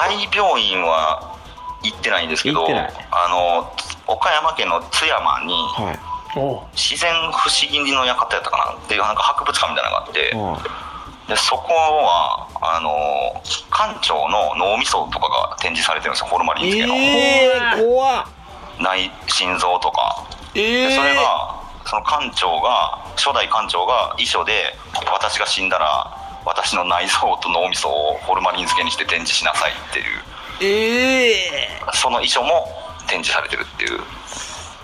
S1: 肺病院は行ってないんですけど
S4: 行ってない
S1: あの岡山県の津山に
S2: はい
S3: お
S1: 自然不思議の館やったかなっていうなんか博物館みたいなのがあって、
S2: は
S1: でそこはあの館長の脳みそとかが展示されてるんですよホルマリン漬けの、
S4: えー、怖っ
S1: 内心臓とか
S4: え
S1: で
S4: ー、
S1: それがその館長が初代館長が遺書で「私が死んだら私の内臓と脳みそをホルマリン漬けにして展示しなさい」っていう
S4: え
S1: その遺書も展示されてるっていう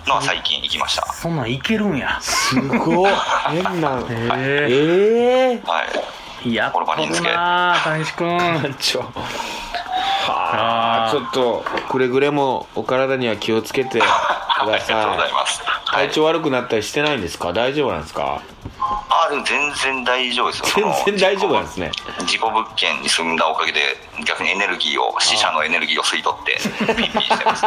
S1: のは最近行きました
S3: そんなんいけるんや
S2: いすごい変な
S3: へえ
S4: ええ
S1: はい
S3: やっ
S1: ホルマリ
S3: と
S1: ン漬
S3: る
S1: け
S3: なあ大志くん
S2: 館長は
S3: あ
S2: あ
S3: ー
S2: ちょっとくれぐれもお体には気をつけてくだ
S1: ありがとうござ
S2: さ
S1: い
S2: い
S1: ます、はい
S2: 体調悪くなったりしてないんですか大丈夫なんですか
S1: あでも全然大丈夫ですよその
S2: 全然大丈夫なんですね
S1: 事故物件に住んだおかげで逆にエネルギーを死者のエネルギーを吸い取ってピンピンしてます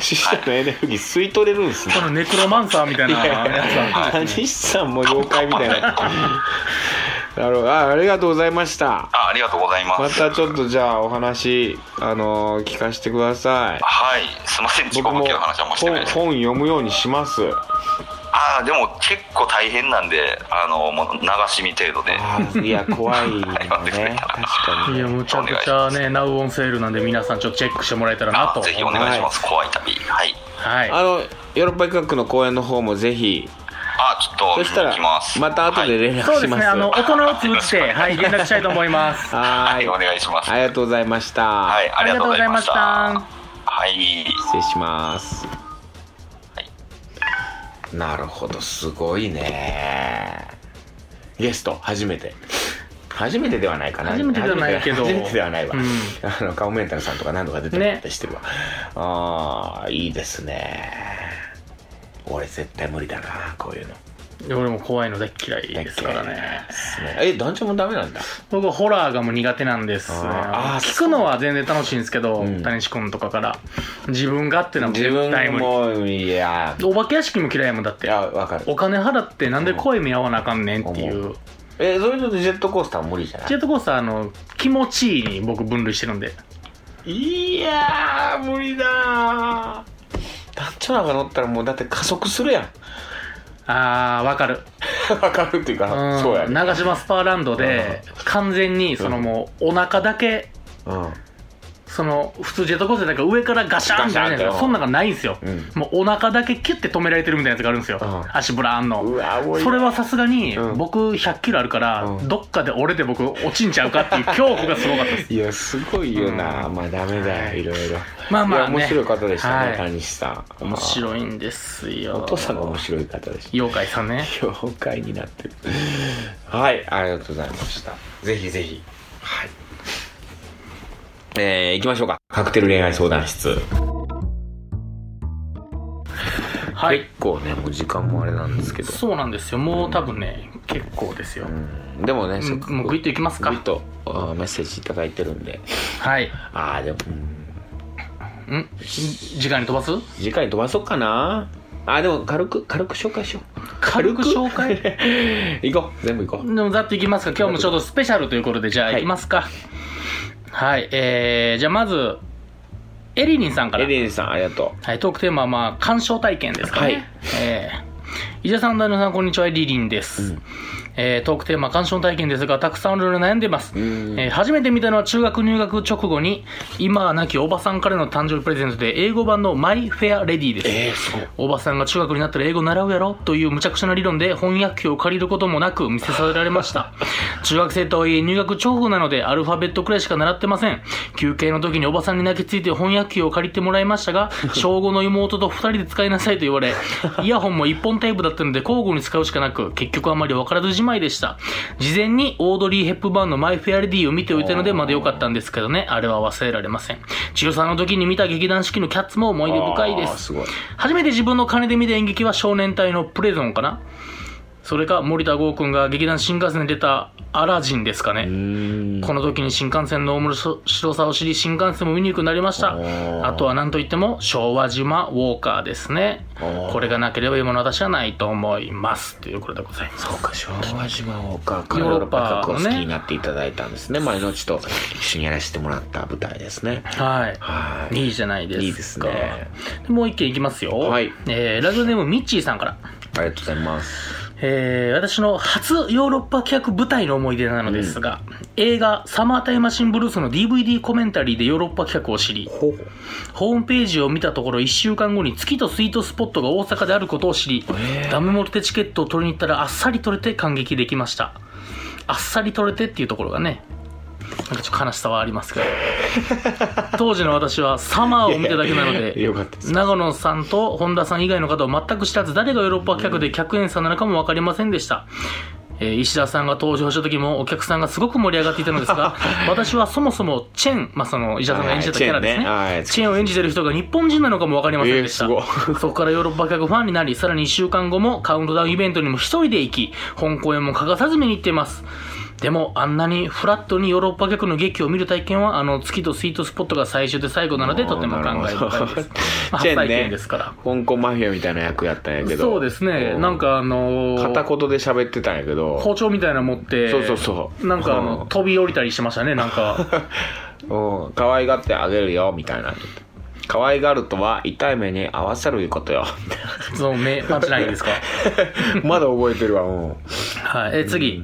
S2: 死者のエネルギー吸い取れるんですね
S3: このネクロマンサーみたい
S2: い
S3: な
S2: やい
S3: やつなん
S2: や
S3: だ
S2: 何しさんも 妖怪みたいななるほどあありがとうございました
S1: あありがとうございます
S2: またちょっとじゃあお話あのー聞かせてください
S1: はいすいません事故
S2: 僕
S1: 物
S2: も
S1: 件の話はもうしてな
S2: 本
S1: いです
S2: 本読むようにします
S1: ああでも結構大変なんであのもう流し見程度で
S2: あーいや怖いよね
S1: 頑張ってくれ
S2: 確
S1: た
S2: か
S3: い
S2: に
S3: やむちゃくちゃねナウオンセールなんで皆さんちょっとチェックしてもらえたらな
S1: あ
S3: と
S1: ぜひお願いします、怖い旅はい
S3: はい
S2: あのヨーロッパ企画の公演の方もぜひ
S1: あちょっと
S2: そ
S1: 見
S2: した
S1: に行
S2: ら
S1: きます
S2: また後で連絡します
S3: そうですねあの大人を通じてはい連絡したいと思います
S2: は
S1: は
S2: ー
S1: い
S2: い
S1: お願いします
S2: ありがとうございました、
S1: はいありがとうございました
S3: ありがとうございま
S1: はい
S2: 失礼します、
S1: はい
S2: なるほどすごいねゲスト初めて初めてではないかな
S3: 初めてではないけど
S2: 初めてではないわ、
S3: うん
S2: あの顔メンタルさんとか何度か出てもらったりしてるわ、ああいいですね俺絶対無理だなこういうの
S3: 俺も怖いの大っ嫌いですからね
S2: ですねえ団長もダメなんだ
S3: 僕ホラーがもう苦手なんですね
S2: あーあー
S3: 聞くのは全然楽しいんですけど、
S2: うん
S3: 谷志君とかから自分がってのは
S2: 自
S3: 絶対
S2: 分
S3: 無理
S2: もいや
S3: お化け屋敷も嫌いもんだっ
S2: い
S3: て
S2: やわかる
S3: お金払ってなんで怖い目合わなあかんねんっていう、
S2: えそういうのでジェットコースターは無理じゃな
S3: ジェットコースターあの気持ちいいに僕分類してるんで
S2: いいやー無理だー団長なんか乗ったらもうだって加速するやん
S3: あーわかる、
S2: わかるっていうかそうや
S3: ん、
S2: ね
S3: 長島スパーランドで完全にそのもうお腹だけ
S2: うん
S3: その普通ジェットコースターだから上からガシャンってな
S2: ガシ
S3: るじゃない
S2: ャン
S3: で
S2: っ
S3: す
S2: て
S3: かそんなんがないんですよ、
S2: うん
S3: もうお腹だけキュッて止められてるみたいなやつがあるんですよ、
S2: うん
S3: 足ブラーンの
S2: うわ多い
S3: それはさすがに
S2: うん
S3: 僕100キロあるから、
S2: うん
S3: どっかで折れて僕落ちんちゃうかっていう恐怖がすごか ったです
S2: いやすごいよな、まあダメだよいろいろ
S3: まあまあね
S2: いや面白い方でしたね、
S3: はい
S2: 谷西さん
S3: 面
S2: い
S3: 白いんですよ
S2: お父さんが面白い方でした
S3: 妖怪さんね
S2: 妖怪になってるはいありがとうございましたぜひぜひはいえー、行きましょうかカクテル恋愛相談室
S3: はい
S2: 結構ねもう時間もあれなんですけど
S3: そうなんですよもう多分ね結構ですよ、
S2: でもね、
S3: ん
S2: せっかく
S3: もうグイッといきますか
S2: グイッとあーメッセージいただいてるんで、
S3: はい
S2: ああ、でも、うん
S3: ん時間に飛ばす
S2: 次回飛ばそうかな。あーでも軽く、軽く紹介しよう。
S3: 軽く紹介
S2: 行こう、全部行こ
S3: でもざっといきますか今日もちょうどスペシャルということでじゃあ
S2: はい
S3: いきますかはい、えー、じゃあまずエリリンさんか
S2: う。
S3: ら
S2: エリンさん、ありがと
S3: はい、トークテーマはまあ鑑賞体験ですか
S2: は
S3: ね
S2: い、
S3: えー伊沢さん、大野さん、こんにちは、リリンです、えートークテーマ、鑑賞体験ですが、たくさんいろいろ悩んでます、
S2: ん
S3: えー初めて見たのは中学入学直後に、今は亡きおばさんからの誕生日プレゼントで、英語版のマイ・フェア・レディです。
S2: えーそう
S3: おばさんが中学になったら英語習うやろという無茶苦茶な理論で翻訳機を借りることもなく見せさせられました。中学生とはいえ入学直後なのでアルファベットくらいしか習ってません。休憩の時におばさんに泣きついて翻訳機を借りてもらいましたが、小5の妹と二人で使いなさいと言われ、イヤホンも一本テープだったので交互に使うしかなく、結局あまり分からずじまいでした。事前にオードリー・ヘップバーンのマイ・フェア・レディを見ておいたのでまだ良かったんですけどね、あれは忘れられません。中3の時に見た劇団四季のキャッツも思い出深いで
S2: あー
S3: す。
S2: すごい
S3: 初めて自分の金で見た演劇は少年隊のプレゾンかなそれか森田剛君が劇団新幹線で出たアラジンですかね。
S2: ん
S3: この時に新幹線の面白さを知り、新幹線も見に行くようになりました
S2: おー。
S3: あとは何といっても、昭和島ウォーカーですね
S2: おー。
S3: これがなければ今の私はないと思います。ということでございます。
S2: そうか昭和島をか
S3: ヨ
S2: ヨ
S3: ー
S2: ー
S3: ロ
S2: ロ
S3: ッ
S2: ッ
S3: パ
S2: パ
S3: の
S2: 各
S3: ね
S2: 国を好きになっていただいたんですね前のうちと一緒にやらせてもらった舞台ですね
S3: はい。
S2: はい
S3: いいじゃないですか。
S2: いいですね
S3: でもう一件いきますよ。
S2: はい
S3: えーラジオネームミッチーさんから。
S2: ありがとうございます
S3: えー私の初ヨーロッパ企画舞台の思い出なのですが、映画「サマータイムマシンブルース」の DVD コメンタリーでヨーロッパ企画を知り
S2: ほ
S3: ホームページを見たところ1週間後に月とスイートスポットが大阪であることを知り、
S2: えー
S3: ダメモルテチケットを取りに行ったらあっさり取れて感激できましたあっさり取れてっていうところがねなんかちょっと悲しさはありますけ ど当時の私はサマーを見ただけなので
S2: よかったです
S3: 長野さんと本田さん以外の方を全く知らず誰がヨーロッパ客で客演さんなのかも分かりませんでした、えー石田さんが登場した時もお客さんがすごく盛り上がっていたのです が私はそもそもチェン、まあ、その石田さんが演じてたキャラですね,、
S2: はいチェンねはい
S3: チェンを演じてる人が日本人なのかも分かりませんでした、
S2: えーす
S3: そこからヨーロッパ客ファンになりさらに1週間後もカウントダウンイベントにも一人で行き本公演も欠かさず見に行っていますでもあんなにフラットにヨーロッパ客の劇を見る体験はあの月とスイートスポットが最終で最後なのでとても感慨深いですま あ
S2: チェン
S3: 初
S2: ね
S3: 体験ですから
S2: 香港マフィアみたいな役やったんやけど
S3: そうですね
S2: う
S3: なんかあのー
S2: 片言で喋ってたんやけど
S3: 包丁みたいなの持って
S2: そうそうそう
S3: なんかあ
S2: う
S3: の
S2: ん
S3: 飛び降りたりしてましたねな んか
S2: うん、可愛がってあげるよ、みたいな。可愛がるとは痛い目に合わせるいうことよ。
S3: その目パンチラインですか
S2: まだ覚えてるわ、も
S3: はい、えー次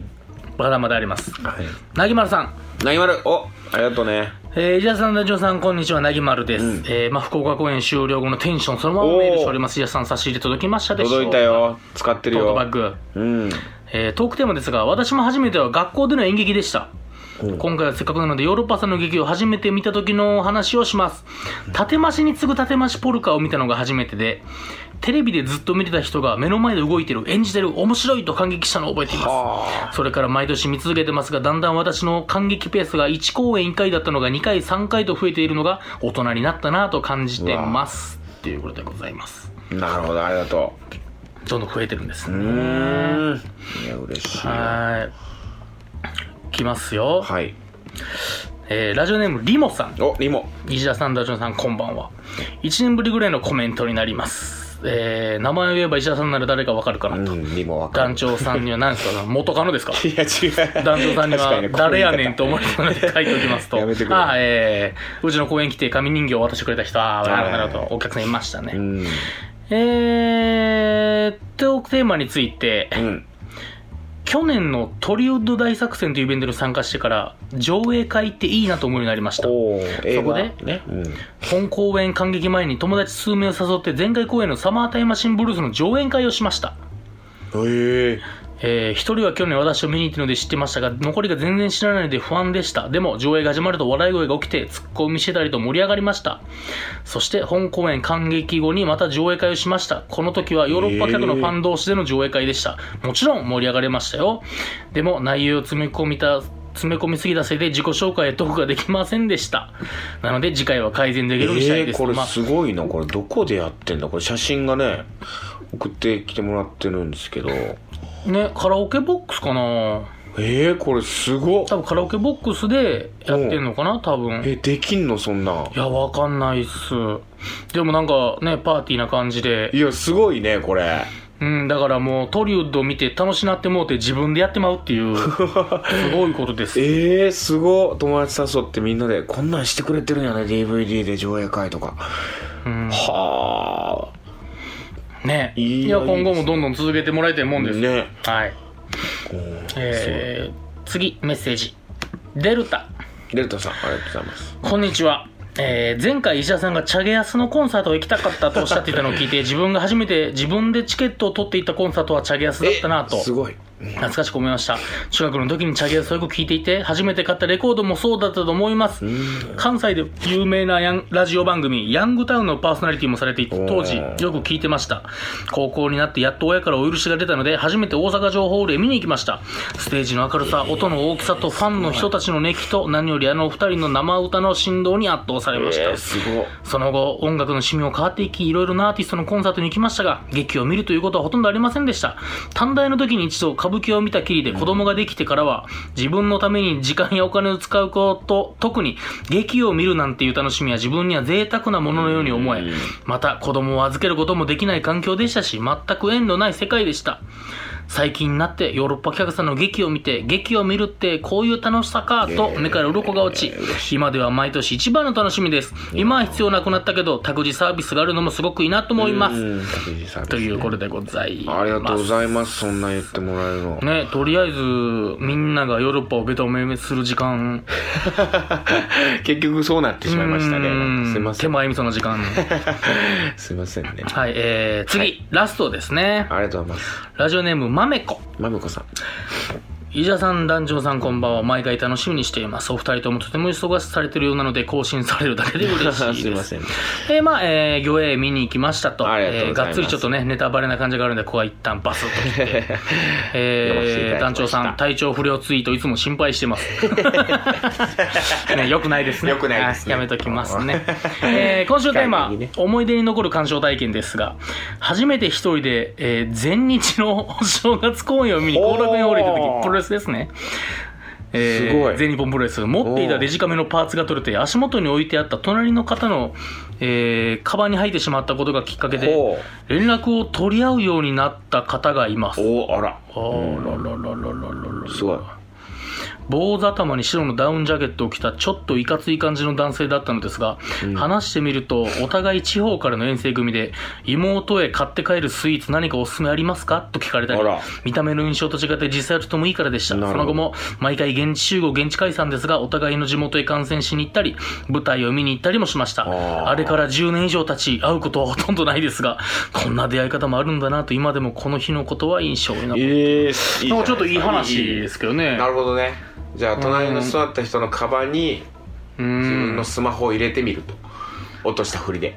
S3: まだまだあります
S2: う。はい。
S3: なぎまるさん
S2: なぎまる、おありがとうね。
S3: えー、石田さん、ダチョウさん、こんにちは、なぎまるです。
S2: うん
S3: えーまあ、福岡公演終了後のテンション、そのままメールしております。石田さん、差し入れ届きましたでしょうか
S2: 届いた。よ。使ってる
S3: トート
S2: よ
S3: バ。ッグ。
S2: うん。
S3: えートークテーマですが、私も初めては学校での演劇でした。今回はせっかくなので、ヨーロッパさんの劇を初めて見た時のお話をします。縦増しに次ぐ縦増しポルカを見たのが初めてで、テレビでずっと見てた人が目の前で動いてる、演じてる、面白いと感激したのを覚えています。それから毎年見続けてますが、だんだん私の感激ペースが1公演1回だったのが2回、3回と増えているのが大人になったなぁと感じてます。っていうことでございます。
S2: なるほど、ありがと
S3: どんどん増えてるんですね。
S2: う。うーん。いや、嬉しいよ。は
S3: はい。いきますよ。
S2: い。
S3: えーラジオネーム、リモさん。
S2: お、リモ。
S3: 西田さん、ダチョウさん、こんばんは。1年ぶりぐらいのコメントになります。えー名前を言えば石田さんなら誰かわかるかな
S2: う
S3: と。
S2: ん、リモわかる。
S3: 団長さんには何ですか元カノですか
S2: いや、違う。
S3: 団長さん
S2: 確
S3: に
S2: か
S3: は
S2: ね
S3: 誰やねんと
S2: こ
S3: 思ってたので書いておきますと。
S2: やめてくれ
S3: あーえーうちの公園来て紙人形を渡してくれた人、ああ、なるほどなるほど、お客さんいましたね。
S2: ういう言い方。
S3: えー、と、テーマについて、
S2: うん。うん。
S3: 去年のトリウッド大作戦というイベントに参加してから、上映会っていいなと思うようになりました。
S2: おー、映画
S3: そこで
S2: ね。うん。
S3: 本公演感激前に友達数名を誘って前回公演のサマータイムマシンブルースの上演会をしました。
S2: ええ。
S3: えー、一人は去年私を見に行ったので知ってましたが、残りが全然知らないので不安でした。でも、上映が始まると笑い声が起きて、突っ込みしてたりと盛り上がりました。そして、本公演感激後にまた上映会をしました。この時はヨーロッパ客のファン同士での上映会でした。もちろん盛り上がれましたよ。でも、内容を詰め込みた、詰め込みすぎたせいで自己紹介やトークができませんでした。なので、次回は改善できるようにしたい
S2: え
S3: で
S2: ー、
S3: す。
S2: これ
S3: まあ
S2: すごいなこれどこでやってんだこれ写真がね送ってきてもらってるんですけどえ
S3: ね、カラオケボックスかな
S2: ー、これすごっ
S3: 多分カラオケボックスでやってんのかな多分。
S2: えできんのそんない
S3: や、わかんないっす。でもなんかね、パーティーな感じで
S2: い。やすごいねこれ
S3: うん、だからもうトリウッド見て楽しなってもうて自分でやってまうっ ていう、すごいことです。
S2: えー、すごっ友達誘ってみんなでこんなんしてくれてるんやね DVD で上映会とか
S3: うん、
S2: はあ
S3: ね。
S2: いいない
S3: や、今後もどんどん続けてもらいたいもんです。
S2: ね
S3: はい。えー、次、メッセージ。デルタ。
S2: デルタさんありがとうございます
S3: こんにちは。えー前回石田さんがチャゲアスのコンサートを行きたかったとおっしゃっていたのを聞いて、自分が初めて自分でチケットを取っていったコンサートはチャゲアスだったなと。
S2: すごい
S3: 懐かしく思いました中学の時にチャゲアスをよく聞いていて初めて買ったレコードもそうだったと思います関西で有名なヤンラジオ番組「ヤングタウン」のパーソナリティもされていて当時よく聞いてました高校になってやっと親からお許しが出たので初めて大阪城ホールへ見に行きましたステージの明るさ音の大きさとファンの人たちの熱気と何よりあのお二人の生歌の振動に圧倒されました、
S2: えー、すごっ
S3: その後、音楽の趣味を変わっていき、いろいろなアーティストのコンサートに行きましたが、劇を見るということはほとんどありませんでした。短大の時に一度、歌歌舞伎を見たきりで子供ができてからは、自分のために時間やお金を使うこと、特に劇を見るなんていう楽しみは自分には贅沢なもののように思え、また子供を預けることもできない環境でしたし、全く縁のない世界でした。最近になってヨーロッパ客さんの劇を見て、劇を見るってこういう楽しさかと目から鱗が落ち、今では毎年一番の楽しみです。今は必要なくなったけど、託児サービスがあるのもすごくいいなと思います。
S2: うん拓司さんです
S3: と
S2: ね
S3: いうことでございます。
S2: ありがとうございますそんな言ってもらえるの
S3: ね、とりあえず、みんながヨーロッパをベタお目する時間。
S2: 結局そうなってしまいましたね
S3: うーん
S2: すいませ
S3: 手
S2: ん
S3: 前味噌の 時間。
S2: すいませんね
S3: はい、えー、次、ラストですね。
S2: ありがとうございます
S3: ラジオネーム、まめこ。
S2: まみこさん
S3: 伊者さん、団長さん、こんばんは。毎回楽しみにしています。お二人ともとても忙しされてるようなので、更新されるだけで嬉しいで す。
S2: すいません
S3: えー、まあ、えー、魚影見に行きましたと。
S2: ありがとうございます
S3: えーがっつりちょっとね、ネタバレな感じがあるんで、ここは一旦バスッと切って。
S2: 読ませてい
S3: えー、
S2: ただ
S3: 団
S2: きま
S3: 長
S2: した
S3: さん、体調不良ツイートいつも心配してます。 ね、よくないですね。
S2: 良くないですね
S3: はいやめときます ね。えー、今週のテー
S2: 機
S3: マ、
S2: 会にね
S3: 思い出に残る鑑賞体験ですが、初めて一人で、えー、前日のお正月公演を見に後楽園を降りた
S2: おー
S3: 時、プロレスですね。えー
S2: すごい
S3: 全日本プロレス持っていたデジカメのパーツが取れて足元に置いてあった隣の方の、えー、カバンに入ってしまったことがきっかけで
S2: ほ
S3: 連絡を取り合うようになった方がいます
S2: おおあら
S3: あららららららら
S2: すごい
S3: 坊主頭に白のダウンジャケットを着たちょっといかつい感じの男性だったのですが、話してみるとお互い地方からの遠征組で妹へ買って帰るスイーツ何かおすすめありますかと聞かれたり
S2: あら
S3: 見た目の印象と違って実際はとてもいいからでしたそ
S2: なるほど
S3: の後も毎回現地集合現地解散ですがお互いの地元へ観戦しに行ったり舞台を見に行ったりもしました
S2: あー
S3: あれから10年以上経ち会うことはほとんどないですがこんな出会い方もあるんだなと今でもこの日のことは印象に残って
S2: ええち
S3: なんかちょっといい話ですけどね
S2: なるほどねじゃあ隣の座った人のカバンに
S3: う
S2: 自
S3: ん
S2: 分のスマホを入れてみると落としたふりで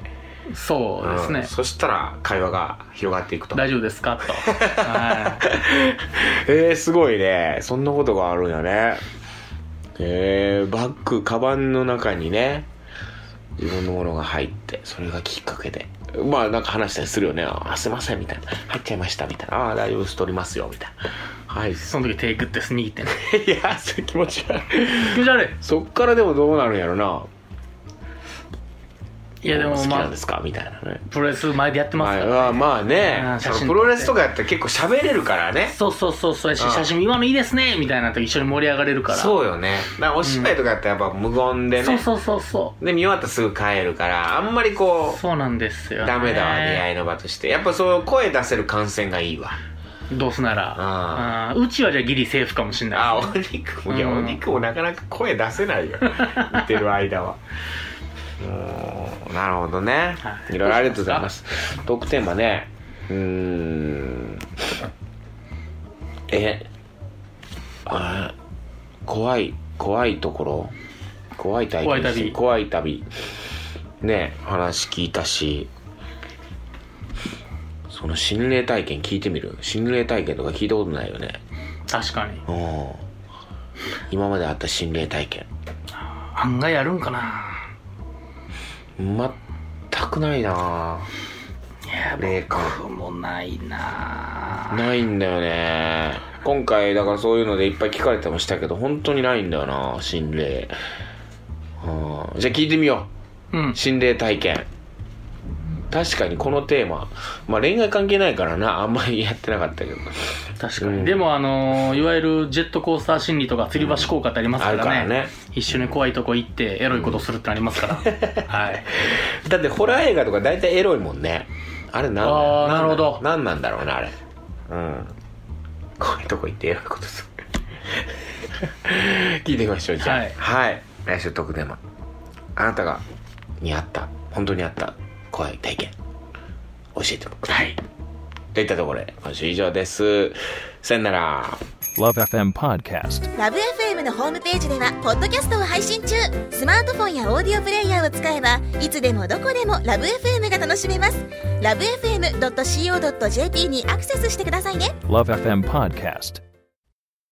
S3: そうです
S2: うん
S3: ね。
S2: そしたら会話が広がっていくと
S3: 大丈夫ですかと。はい。
S2: えー、すごいねそんなことがあるんやねえー、バッグカバンの中にね自分のものが入ってそれがきっかけでまあなんか話したりするよね「あすいません」みたいな「入っちゃいました」みたいな「ああ大丈夫です取りますよ」みたいな「はい」 い
S3: その時手グッて握ってね。
S2: やそれ気持ち悪い
S3: 気持ち悪。
S2: そっからでもどうなるんやろない
S3: いやで
S2: 好
S3: も
S2: き
S3: ま
S2: なん
S3: あ
S2: ですかみたいなね
S3: プロレス前でやってますから。
S2: まあまあ
S3: う
S2: ね
S3: ん写
S2: その
S3: 真撮って
S2: プロレスとかやったら結構喋れるからね
S3: そうそうそうそうやし
S2: うん
S3: 写真今のいいですねみたいなと一緒に盛り上がれるから。
S2: そうよねだからお芝居とかやったらやっぱ無言でね、
S3: そうそうそうそ
S2: で見終わったらすぐ帰るからあんまりこ
S3: う。そうなんですよ、
S2: う
S3: ね。
S2: ダメだわ出会いの場としてやっぱそう声出せる感染がいいわ
S3: どうすなら。
S2: あ
S3: あーうちはじゃあギリセーフかもしれない。
S2: あお肉もいや
S3: うん
S2: お肉もなかなか声出せ ないよ見てる間はもうなるほどね
S3: はい
S2: いろいろありがとうございますトークテーマねうーんえあ怖い怖いところ怖い体験して怖い旅ね話聞いたしその心霊体験聞いてみる心霊体験とか聞いたことないよね
S3: 確かに。
S2: おー今まであった心霊体験
S3: 案外やるんかな。
S2: 全くないない
S3: や
S2: 霊感
S3: 僕もないな。
S2: ないんだよね今回だからそういうのでいっぱい聞かれてましたけど本当にないんだよな心霊うんじゃあ聞いてみよ
S3: うん
S2: う。心霊体験確かにこのテーマまあ恋愛関係ないからなあんまりやってなかったけど
S3: 確かに、
S2: うん
S3: でもあのーいわゆるジェットコースター心理とか吊り橋効果ってありますからね,、
S2: うんあるからね
S3: 一緒に怖いとこ行ってエロいことするってありま すから、はい
S2: だってホラー映画とか大体エロいもんねあれなんだ
S3: あーなるほど
S2: なんなんだろうなあれうんこういうとこ行ってエロいことする 聞いてみましょうじゃあ
S3: はい
S2: はい、来週特電話あなたがにあった本当にあった怖い体験教えてくださいといったところで今週以上ですさよなら
S5: Love FM Podcast.
S6: ラブ f m のホームページではポッドキャストを配信中スマートフォンやオーディオプレイヤーを使えばいつでもどこでもラブ f m が楽しめますラブ FM.co.jp にアクセスしてくださいね
S5: Love FM Podcast.